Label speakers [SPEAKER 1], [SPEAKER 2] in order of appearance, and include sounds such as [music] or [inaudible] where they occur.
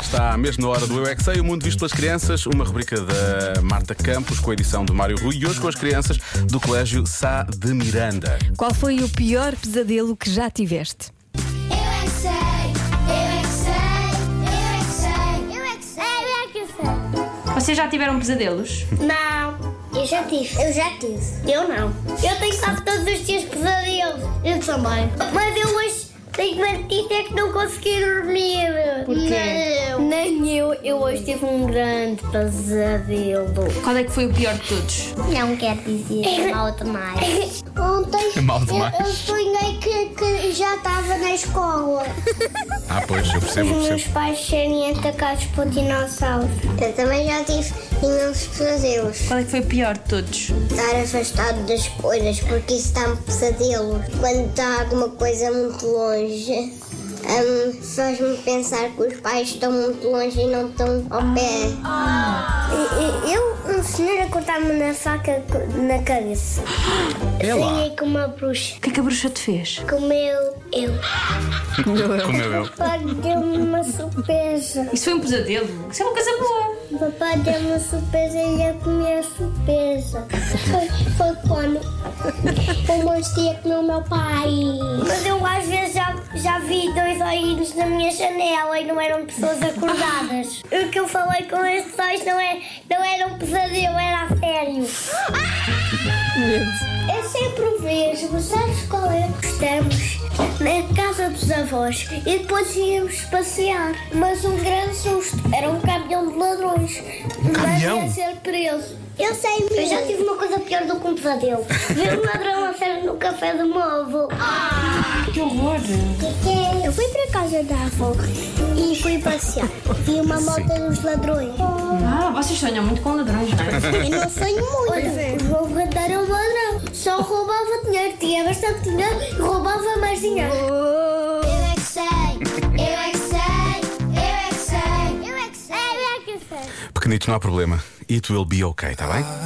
[SPEAKER 1] Está à mesma hora do Eu é Que Sei, o mundo visto pelas crianças, uma rubrica da Marta Campos com a edição do Mário Rui e hoje com as crianças do Colégio Sá de Miranda.
[SPEAKER 2] Qual foi o pior pesadelo que já tiveste?
[SPEAKER 3] Eu é que sei, eu é que sei, eu é que sei, eu é que sei, eu é que sei, eu
[SPEAKER 4] Vocês já tiveram pesadelos?
[SPEAKER 3] é que sei. Não. Eu já tive. Eu já tive. Eu não. Eu tenho quase todos os dias pesadelos. Eu também. Mas eu hoje tenho uma notícia é que não consegui dormir. Porquê? Não. Nem eu. Eu hoje tive um grande pesadelo.
[SPEAKER 4] Qual é que foi o pior de todos?
[SPEAKER 3] Não quer dizer mal demais. [laughs] Ontem
[SPEAKER 1] Mal demais.
[SPEAKER 3] Eu, eu sonhei que, que já estava na escola.
[SPEAKER 1] Ah, pois, eu percebo, eu
[SPEAKER 3] Os meus
[SPEAKER 1] percebo.
[SPEAKER 3] pais serem atacados por dinossauros. Eu também já tive imensos pesadelos.
[SPEAKER 4] Qual é que foi o pior de todos?
[SPEAKER 3] Estar afastado das coisas, porque isso dá-me pesadelos. Quando está alguma coisa muito longe, hum, faz-me pensar que os pais estão muito longe e não estão ao pé. Eu, um senhor, a cortar-me na faca na cabeça.
[SPEAKER 1] É lá. Sonhei
[SPEAKER 3] com uma bruxa.
[SPEAKER 4] O que é que a bruxa te fez?
[SPEAKER 3] Comeu eu.
[SPEAKER 1] Comeu eu.
[SPEAKER 3] Papai deu-me uma surpresa.
[SPEAKER 4] Isso foi um pesadelo? Isso é uma coisa boa.
[SPEAKER 3] O Papai deu uma surpresa e ia comer a surpresa. Foi, foi quando o monstro ia comer o meu pai. Mas eu às vezes já, já vi dois olhinhos na minha janela e não eram pessoas acordadas. o que eu falei com esses dois não, é, não era um pesadelo, era a sério. Eu sempre vejo, sabes qual é? Estamos na casa dos avós e depois íamos passear. Mas um grande susto, era um caminhão de ladrões.
[SPEAKER 1] Caminhão?
[SPEAKER 3] Mas ia ser preso. Eu sei mesmo. Eu já tive uma coisa pior do que um [laughs] pesadelo. Ver um ladrão a sério no café do meu avô.
[SPEAKER 4] Que horror.
[SPEAKER 3] Eu fui para casa da avó e fui passear. Vi uma moto dos ladrões.
[SPEAKER 4] Ah, vocês sonham muito com ladrões, não é?
[SPEAKER 3] Eu não sonho muito. o meu avô era um ladrão. Só roubava dinheiro. Tinha bastante dinheiro e roubava mais dinheiro. Eu é que sei. Eu é que sei. Eu é que sei. Eu é que sei. Eu é que sei.
[SPEAKER 1] Pequenitos, não há problema. It will be okay, está bem?